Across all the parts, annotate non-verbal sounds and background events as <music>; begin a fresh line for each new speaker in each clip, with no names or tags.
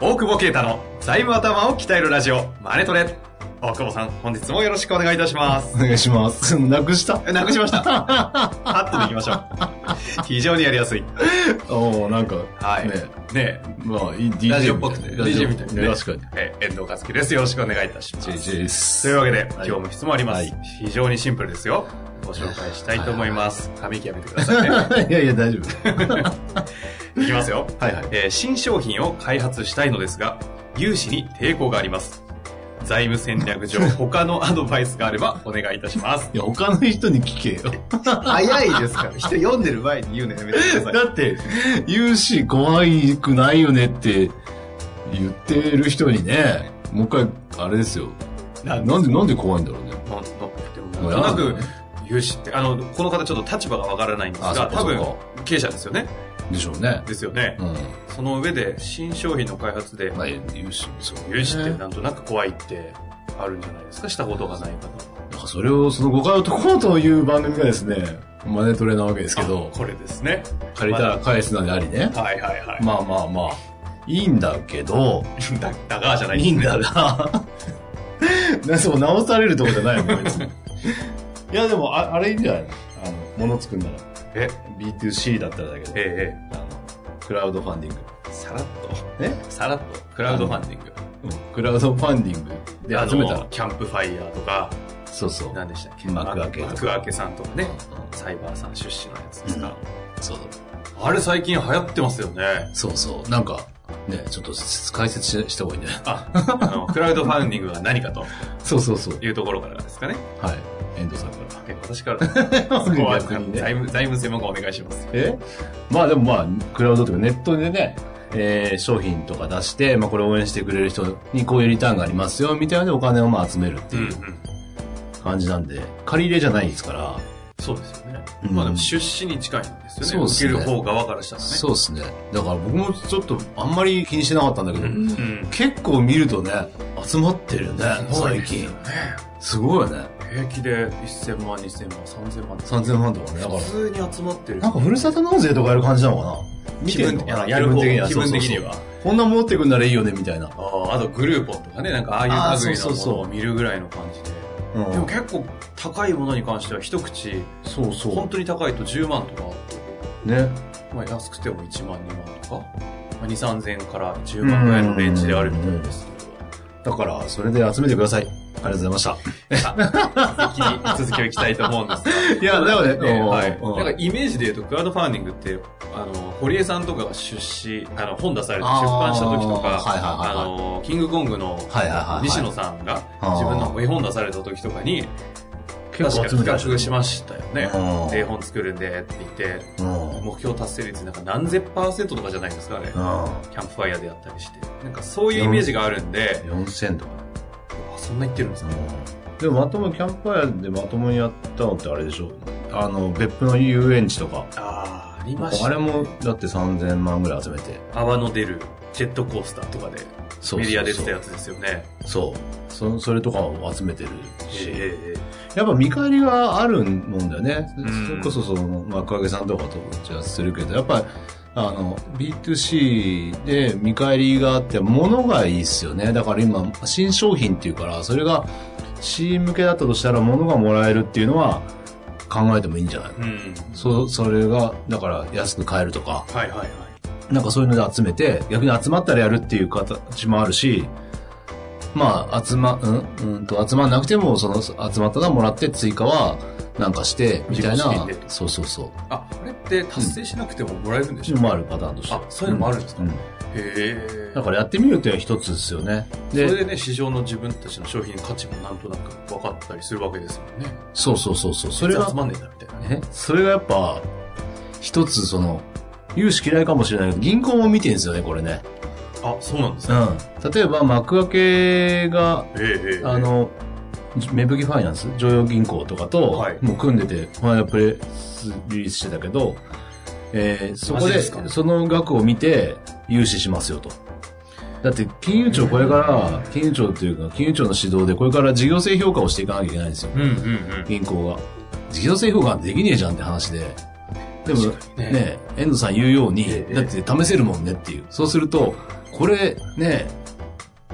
大久保啓太の財務頭を鍛えるラジオマネトレ大久保さん本日もよろしくお願いいたします
お願いします。 <laughs> なくした
えなくし <laughs> ましたパッとでいきましょう非常にやりやすい
おおなんか、
はい
ね、
ね
まあ、いい DJ
ラジオっぽくて
ラジ
DJ
オ
みたいなね
確かに。
ええ遠藤和樹ですよろしくお願いいたします
JJ です。
というわけで、
はい
今日も質問あります、
はい
非常にシンプルですよご紹介したいと思います紙きやめてくださいね
いやいや、大丈
<laughs>
夫。
いきますよ
はいはい。
えー新商品を開発したいのですが、融資に抵抗があります。財務戦略 <laughs> 上、他のアドバイスがあればお願いいたします。
いや、他の人に聞けよ。
早いですから、人読んでる前に言うのやめてくだ
だって、融資怖いくないよねって言ってる人にね、もう一回、あれですよ。
い。
な
なんんで
で、なんで怖いんだろうね。
なんでもなんとなく、融資って、あの、この方ちょっと立場がわからないんです
あ、そ
が、
っか
多
そっ
分、
か。
経営者ですよね。
でしょうね。
ですよね。
うん。
その上で、新商品の開発で、
まあ、融資、そう。
融資ってなんとなく怖いってあるんじゃないですか、したことがない方は。
なんかそれを、その誤解を解こうという番組がですね、マネトレなわけですけど
あ、これですね。
借りたら返すなでありね。
はいはいはい。
まあまあまあ、いいんだけど、
<laughs> だ、だがじゃない。
いいんだが、 <laughs> なそう直されるとこじゃないもん、別に。いや、でもあ、あれいいんじゃないのあの、物作るなら。
え、
B2C だったらだけど、
ええ、
あの、クラウドファンディング。
さらっと。
え
さらっと。クラウドファンディング。
クラウドファンディングで
あの
集めたら。
キャンプファイヤーとか、
そうそう。
何でしたっけ
幕開けとか
幕開けさんとか
うん
ね。サイバーさん出資のやつですか。
うんそう
あれ最近流行ってますよね。 <laughs>
そうそう。なんか、ね、ちょっと解説しした方がいいんじゃない
あ、あの、クラウドファンディングが何かと
そうそうそう。
いうところからですかね。
はい。遠藤さんから。
え私から、 <laughs> そこは
逆にね
財務、財務専門家お願いします。
えまあでもまあ、クラウドとかネットでね、えー商品とか出して、まあこれ応援してくれる人にこういうリターンがありますよ、みたいなのでお金をまあ集めるって
うんう
い
ん
う。感じなんで、借り入れじゃないですから、
そうですよね。
うん
まあでも出資に近いんですよね。
そうですね
受ける方側からしたらね。
そうですね。だから僕もちょっとあんまり気にしてなかったんだけど、
うん。うん。
結構見るとね、集まってるよね、最近。すごいよね。
平気で1000万、2000万、3000万
3000万とかね。だから、
普通に集まってる。
なんかふるさと納税とかやる感じなのかな見
気
てん
分
の
的
かな
やる方
には
気分的には。
そうそうそうこんな持ってくんならいいよね、みたいな。
あああとグルーポンとかね、なんかああ
あ
い
ー
う類の
そう
も
そうそ
の
う
を見るぐらいの感じで。
うん
でも結構高いものに関しては一口、
そうそ
本当に高いと10万とか、
う。ね。
まあ、安くても1万、2万とか、まあ、2、3000から10万ぐらいのレンジであるみたいですけど。
だから、それで集めてください。ありがとうございました。
続き続きをいきたいと思うんですが
いやでも <laughs> ね
えー
うん
はい。
うん
なんかイメージで言うと、クラウドファンディングって、あの、堀江さんとかが出資、あの、本出されて出
あー
版した時と
はい
か、
はいはいはい
あの、キングコングの
はいはいはいはい
西野さんが自分の絵本出された時とかに、確か企画しましたよね。
うん
絵本作るんでって言って、
うん。うん
目標達成率なんか何千パーセントとかじゃないですか、あれ。キャンプファイヤーでやったりして。なんかそういうイメージがあるんで、
4000とか。
あそんな言ってるんですか
でもまともにキャンプファイヤーでまともにやったのってあれでしょあの、別府の遊園地とか。
ああ、ありました。
あれも、だって3000万ぐらい集めて。
泡の出るジェットコースターとかで
そ
メディアで出てたやつですよね。
そう。そそれとかを集めてるし。
ええ
やっぱ見返りがあるもんだよね。そ
うん
それこそその幕開けさんとかとじゃあするけど、やっぱりあの B2C で見返りがあって物がいいっすよね。だから今新商品っていうから、それが C 向けだったとしたら物がもらえるっていうのは考えてもいいんじゃないの
うん。
そそれが、だから安く買えるとか、
はいはいはい。
なんかそういうので集めて、逆に集まったらやるっていう形もあるし、まあ、集ま、うん、うんと、集まんなくても、その、集まったのはもらって、追加は、なんかして、みたい
自己資
な
金で、
そうそうそう。
あ、これって達成しなくてももらえるんでしょ、
もあるパターンとして。
あそういうのもあるんですか
う
へえ。
だからやってみるっていうのは一つですよね。
それ
で、
でね、市場の自分たちの商品価値もなんとなく分かったりするわけですもんね。
そうそうそうそう。それ
全然
が
集、まんねえんだみたいなね。
ね、それがやっぱ、一つその、融資嫌いかもしれないけど、銀行も見てるんですよね、これね。
あ、そうなんですね。
うん。例えば、幕開けが、
ええええ
あ、の、芽吹ファイナンス、常用銀行とかと
はい、
もう組んでて、この間プレスリリースしてたけど、えーそこ
マジ
で、
ですか
その額を見て、融資しますよと。だって、金融庁これから、金融庁というか、金融庁の指導で、これから事業性評価をしていかなきゃいけないんですよ。
うんうんうん。
銀行が。事業性評価できねえじゃんって話で。でも、
ね
ねえ、遠藤さん言うように、
ええ
だって試せるもんねっていう。そうすると、これ、ねえ、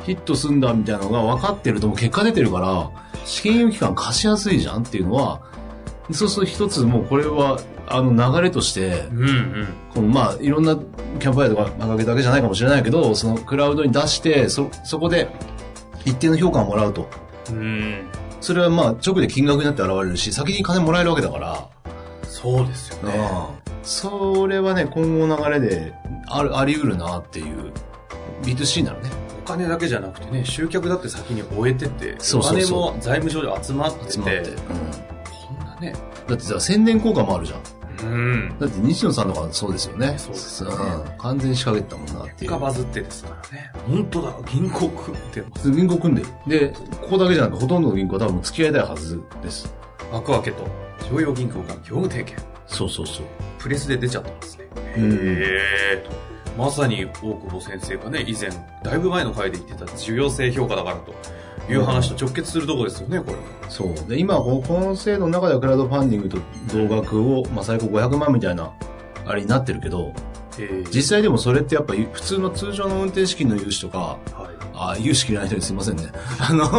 ヒットすんだみたいなのが分かってると、もう結果出てるから、資金融機関貸しやすいじゃんっていうのは、そうすると一つもうこれは、あの流れとして、
うんうん。
このまあ、いろんなキャンプファイヤーとか掲げだけじゃないかもしれないけど、そのクラウドに出して、そ、そこで一定の評価をもらうと。
うん。
それはまあ、直で金額になって現れるし、先に金もらえるわけだから、
そうですよね。
それはね、今後の流れで、ある、あり得るなっていう。B2C ならね。
お金だけじゃなくてね、集客だって先に終えてて、
そうそうそう
お金も財務省で集まってて、
集まって。うん。
こんなね、
だってさ、宣伝効果もあるじゃん。
うん。
だって西野さんとかそうですよね。
そうですよね
うん完全に仕掛けてたもんなってい
結果
う。
バズってですからね。本当だ、銀行組んでます。
銀行組んでる。で、ここだけじゃなくほとんどの銀行は多分付き合いたいはずです。
幕開けと、常用銀行が業務提携。
そうそうそう。
プレスで出ちゃったんですね。
うん
へーまさに大久保先生がね、以前、だいぶ前の回で言ってた需要性評価だからという話と直結するところですよね、これ。
そう。で、今、ここの制度の中ではクラウドファンディングと同額を、まあ、最高500万みたいな、あれになってるけど、
えー
実際でもそれってやっぱ普通の通常の運転資金の融資とか、
はい、
あ、融資嫌いな人にすいません <laughs> ね。あの、
そ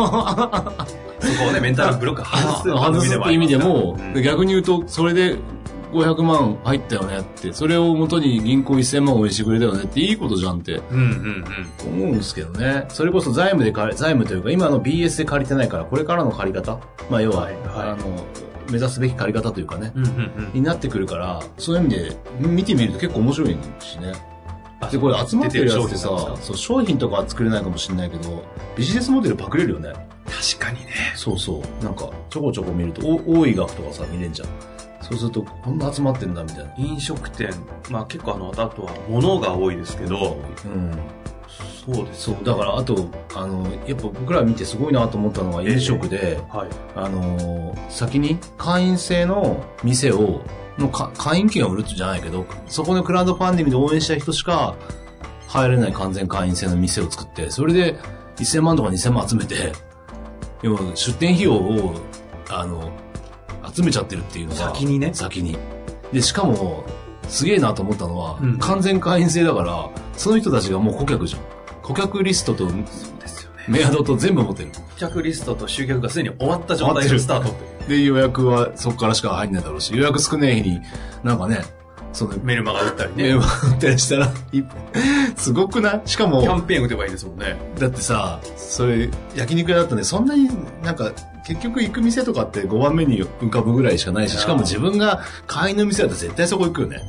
こをね、メンタルブロック外す
外すって意味でも、
うん
逆に言うと、それで500万入ったよねって、それを元に銀行1000万応援してくれたよねっていいことじゃんって
うんうん
思うんですけどね。それこそ財務で借り、財務というか今の BS で借りてないから、これからの借り方、まあ要は、
はいはい
あの、目指すべき借り方というかね、
うん。うんうんうん。
になってくるから、そういう意味で見てみると結構面白いしね。で、これ集まってるやつっ
出
てさ
てる商品なん、で
そう、商品とかは作れないかもしれないけど、ビジネスモデルパクれるよね。
すか確かにね。
そうそう。なんか、ちょこちょこ見ると、お多い額とかさ、見れんじゃん。そうすると、こんな集まってんだ、みたいな。
飲食店、まあ結構あの、あとは物が多いですけど、
うん。
そうです。
そう、だから、あと、あの、やっぱ僕ら見てすごいなと思ったのは、飲食で、
はい。
あのー、先に会員制の店を、のか会員権を売るじゃないけど、そこのクラウドファンディングで応援した人しか入れない完全会員制の店を作って、それで1000万とか2000万集めて、要は出店費用を、あの、集めちゃってるっていうのが。
先にね
先に。で、しかも、すげえなと思ったのは、
うん
完全会員制だから、その人たちがもう顧客じゃん。顧客リストと
そうですよね。
メアドと全部持ってる。
顧客リストと集客がすでに終わった状態でスタートっていう
で、予約はそこからしか入んないだろうし、予約少ない日に、なんかね、その、
メルマが打ったりね。
メール打ったりしたら、いすごくないしか
キャン
も、
ペーン打てばいいですもんね。
だってさ、それ、焼肉屋だとね、そんなになんか、結局行く店とかって5番目に浮かぶぐらいしかないし、しかも自分が会員の店だと絶対そこ行くよね。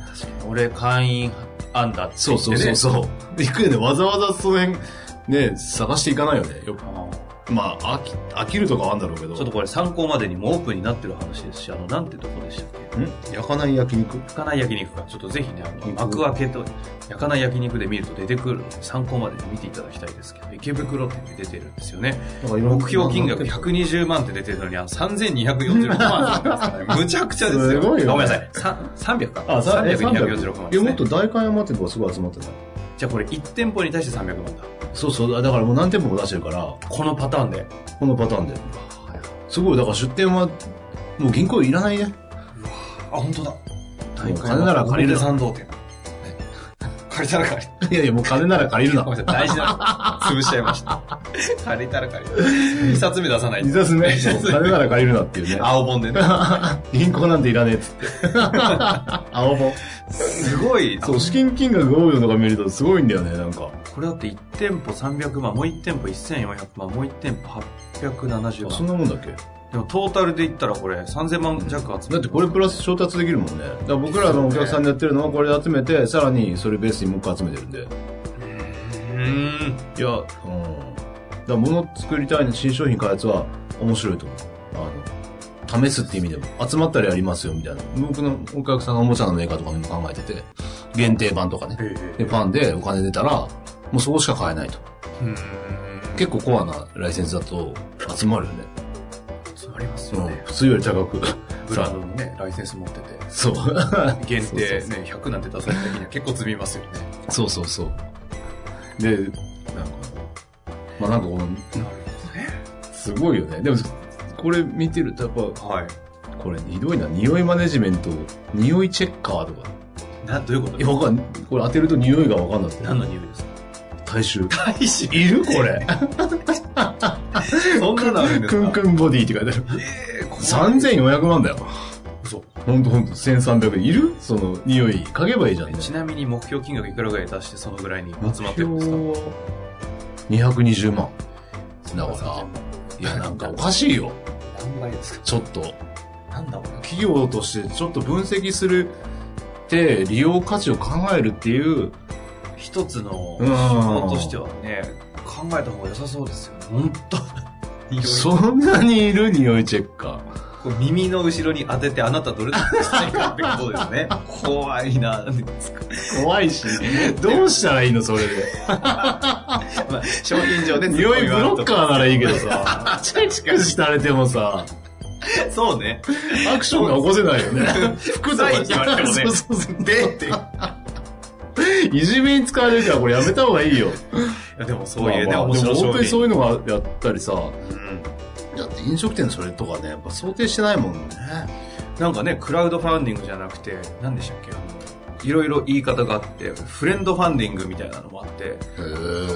俺会員あんだって
そうそうそうそう。で行くよね。わざわざその辺、ね、探していかないよね。よくまあ、飽き、飽きるとかはあるんだろうけど。
ちょっとこれ参考までにもオープンになってる話ですし、あの、なんてとこでしたっけ
ん焼かない焼肉
焼かない焼肉か。ちょっとぜひね、あの、
肉
幕開けと、焼かない焼肉で見ると出てくるので、参考までに見ていただきたいですけど、池袋店で出てるんですよね。目標金額120万って出てるのに、あの3246万って出てますからねむちゃくちゃですよ。
すごいよね
ごめんなさい。さ300か。
あ、さえ
346万
300い
です
や、も
ね
っと。大会山っていうとこすごい集まってた。
じゃあこれ1店舗に対して300万だ。
そうそう、だからもう何店舗も出してるから、
このパターンで。
このパターンで。すごい、だから出店は、もう銀行いらないね。 <laughs>
あ、本当だ。
もう金なら借りるな
参道店。借りたら借り
<laughs> いやいや、もう金なら借りるな <laughs>
ご。めんなさい、大事なの。潰しちゃいました。借りたら借りた。2冊目出さない
二。冊目。
冊目
そう金なら借りるなって <laughs> いうね。
青本で <laughs> ね。
銀行なんていらねえっつって。 <laughs> 青本。
すごい。
そう、資金金額が多いのとか見るとすごいんだよね、なんか。
これだって1店舗300万、もう1店舗1400万、もう1店舗870
そん
万。
なもんだっけ
でもトータルで言ったらこれ3000万弱集めてる
だってこれプラス調達できるもんねだから僕らのお客さんでやってるのをこれで集めてさらにそれベースにもう一個集めてるんでいや
うん。
うんだから物作りたいの新商品開発は面白いと思うあの試すって意味でも集まったらやりますよみたいな僕のお客さんがおもちゃのメーカーとかも考えてて限定版とかね
え
でパンでお金出たらもうそこしか買えないと
えうん。
結構コアなライセンスだと集まるよね、
結構あります
う
よ
ん
ね。
普通より高く
ブランドのね、ライセンス持ってて。
そう <laughs>
限定
そうそう
ね、100なんて出された時には結構積みますよね。
そうそうそう。で、なんか、まあなんかこの、
なる
すごいよね。でも、これ見てるとやっ
ほどね。はい。
ぱ、これひどいな。匂いマネジメント、匂いチェッカーとか。
な、どういうこと
いや、わかん、これ当てると匂いがわかんなくて。
何の匂いですか
体臭。
大使
いるこれ。
そんなのあるんです
<laughs> ク
か
ンクンボディって書いてある。
えー怖い
3400万だよ。
嘘
ほんとほんと、1300いるその匂い。嗅げばいいじゃんね。
ちなみに目標金額いくらぐらい出してそのぐらいに集まってるんですか
2 2万。だからいや、なんかおかしいよ。
何倍ですか
ちょっと。
なんだろう
企業としてちょっと分析するって利用価値を考えるっていう
一つの手
うん
法としてはね考えた方が良さそうですよね本当にう
そんなにいる匂いチェッカー
こう耳の後ろに当ててあなたどれだけしたいかってことですね怖いな
怖いし <laughs> どうしたらいいのそれで
まあ商品上ね
匂いブロッカーならいいけど <laughs> さ
チェ
チクしされてもさ
<laughs> そうね
アクションが起こせないよ <laughs> ね
副材って言われてもね
<laughs> そうそうそう
でっていう
いじめに使われるからこれやめた方がいいよ
いやでもそういうね、
まあまあ
面白い
でも
商
本当に
品。
そういうのがやったりさ
うん
だって飲食店それとかねやっぱ想定してないもんね
なんかね、クラウドファンディングじゃなくて、何でしたっけあのいろいろ言い方があって、フレンドファンディングみたいなのもあって、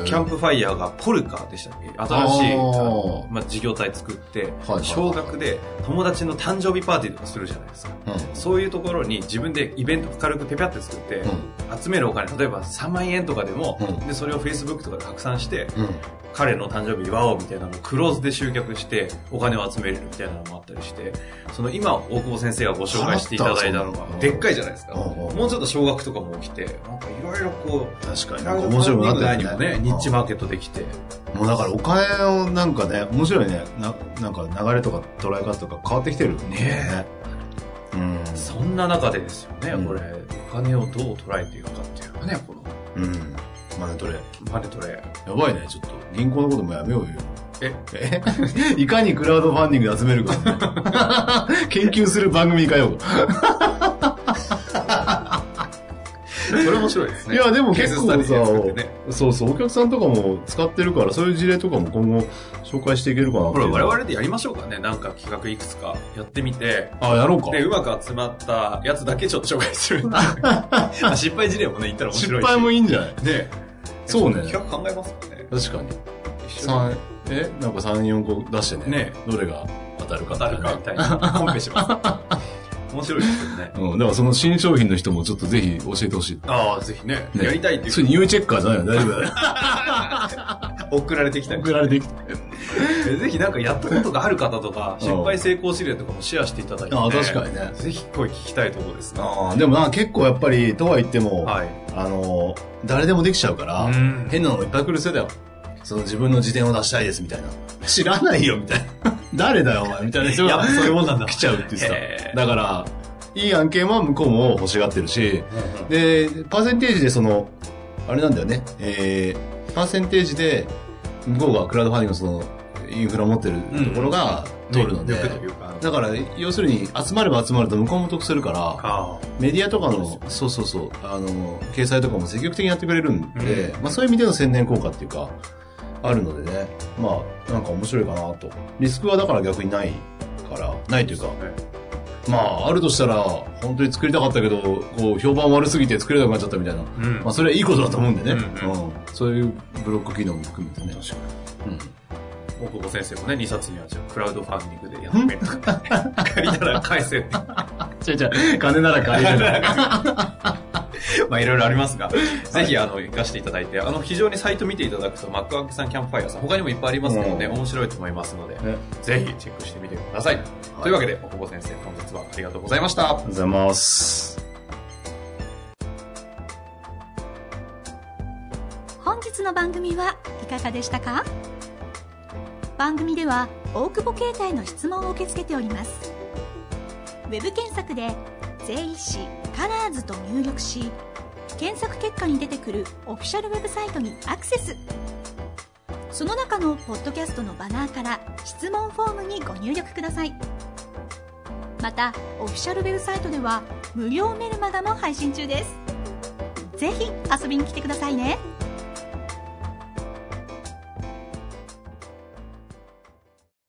キャン
プ
プファイヤーがポルカでしたっけ新しい、
あ
あ
ー
のまあ、事業体作って
いはい、
少額で友達の誕生日パーティーとかするじゃないですか。そういうところに自分でイベント軽くペピャって作って、集めるお金、例えば3万円とかでも、
うん
で、それを Facebook とかで拡散して、
うんうん
彼の誕生日祝おうみたいなのをクローズで集客してお金を集めるみたいなのもあったりしてその今大久保先生がご紹介していただいたの
あった
が
わ
でっかいじゃないですか
うんうんうん
もうちょっと少額とかも起きてなんかいろいろこう
確かに
クラ
なん
ウド
か面白くな
ファ
っ
ンデ
て
ィングの間にもねニッチマーケットできて
もうだからお金をなんかね、面白いね。ななんか流れとか捉え方とか変わってきてるね。うん。
そんな中でですよね、
うん
これお金をどう捉えていくかっていうのがねこの
うん。マネトレ。
マネトレ
やばいね、ちょっと。銀行のこともやめようよ。
え
え <laughs> いかにクラウドファンディングで集め
<laughs>
るか、ね。研究する番組に変えようか。
<laughs> それ面白いですね
いや、でも結構さ、
ケーススタディで作ってね
そうそう、お客さんとかも使ってるから、そういう事例とかも今後紹介していけるかなっ
こ
てい
れ
う
我々でやりましょうかねなんか企画いくつかやってみて
あ、やろうか。
で、うまく集まったやつだけちょっと紹介する <laughs> んでまあ失敗事例もね、言ったら面
失
白いし。
敗もいいんじゃない
ね
そうね
企画考えますかね。
確かに。
一緒に
三えなんか3、4個出してね。
ね
どれが当たるか
当
っ
た
ていうね
るかみたいな。コンペします。面白いですよね。
うん。だからその新商品の人もちょっとぜひ教えてほしい。
<laughs> ああ、ぜひね。
ね
やりたいって
そ
い
れ
う。
匂いチェッカーじゃないよ。大
<laughs>
丈夫だよ。
送られてきたり
送られてきて。
ぜひなんかやったことがある方とか、
うん
失敗成功事例とかもシェアしていただいて。
ああ、確かにね。
ぜひ声聞きたいところですね。
ああ、でもな、結構やっぱり、とは言っても、
はい。
あの、誰でもできちゃうから、
うん
変なのいっぱい来る世だよ。その自分の自転を出したいですみたいな。 <laughs> 知らないよみたいな。 <laughs> 誰だよお前みたいな人
やっ
が
ぱそういうもんなんだ
来ちゃうってさ
へ。ー
だから、いい案件は向こうも欲しがってるし、で、パーセンテージでその、あれなんだよね、えー、パーセンテージで、向こうがクラウドファンディングのその、インフラ持ってるところが通るので、
ね欲というか。
だから、要するに集まれば集まると向こうも得するから、
あ
メディアとか
そうで
の、そうそうそう、あの、掲載とかも積極的にやってくれるんで、
う
まあそういう意味での宣伝効果っていうか、あるのでね、まあなんか面白いかなと。リスクはだから逆にないから、ないというか、
あ。ね
まああるとしたら、本当に作りたかったけど、こう評判悪すぎて作れなくなっちゃったみたいな、
うん
まあ。それはいいことだと思うんでね、
うん
うんそういうブロック機能も含めてね。
確かに
うん
大久保先生もね、2冊にはじゃあクラウドファンディングでやってみるとか、借りたら返せって。 <laughs>
<laughs> 違う違う、金なら借りる。
まあいろいろありますが、ぜひあの、行かせていただいて、あの、非常にサイト見ていただくと、マックアークさん、キャンプファイヤーさん、他にもいっぱいありますので、ね、
うん
面白いと思いますので、
ね
ぜひチェックしてみてください。というわけで、小久保先生、本日はありがとうございました。
りがとうございます。
本日の番組はいかがでしたか番組では大久保携帯の質問を受け付けておりますウェブ検索で「税理士カラーズと入力し検索結果に出てくるオフィシャルウェブサイトにアクセスその中のポッドキャストのバナーから質問フォームにご入力くださいまたオフィシャルウェブサイトでは無料メルマガも配信中ですぜひ遊びに来てくださいね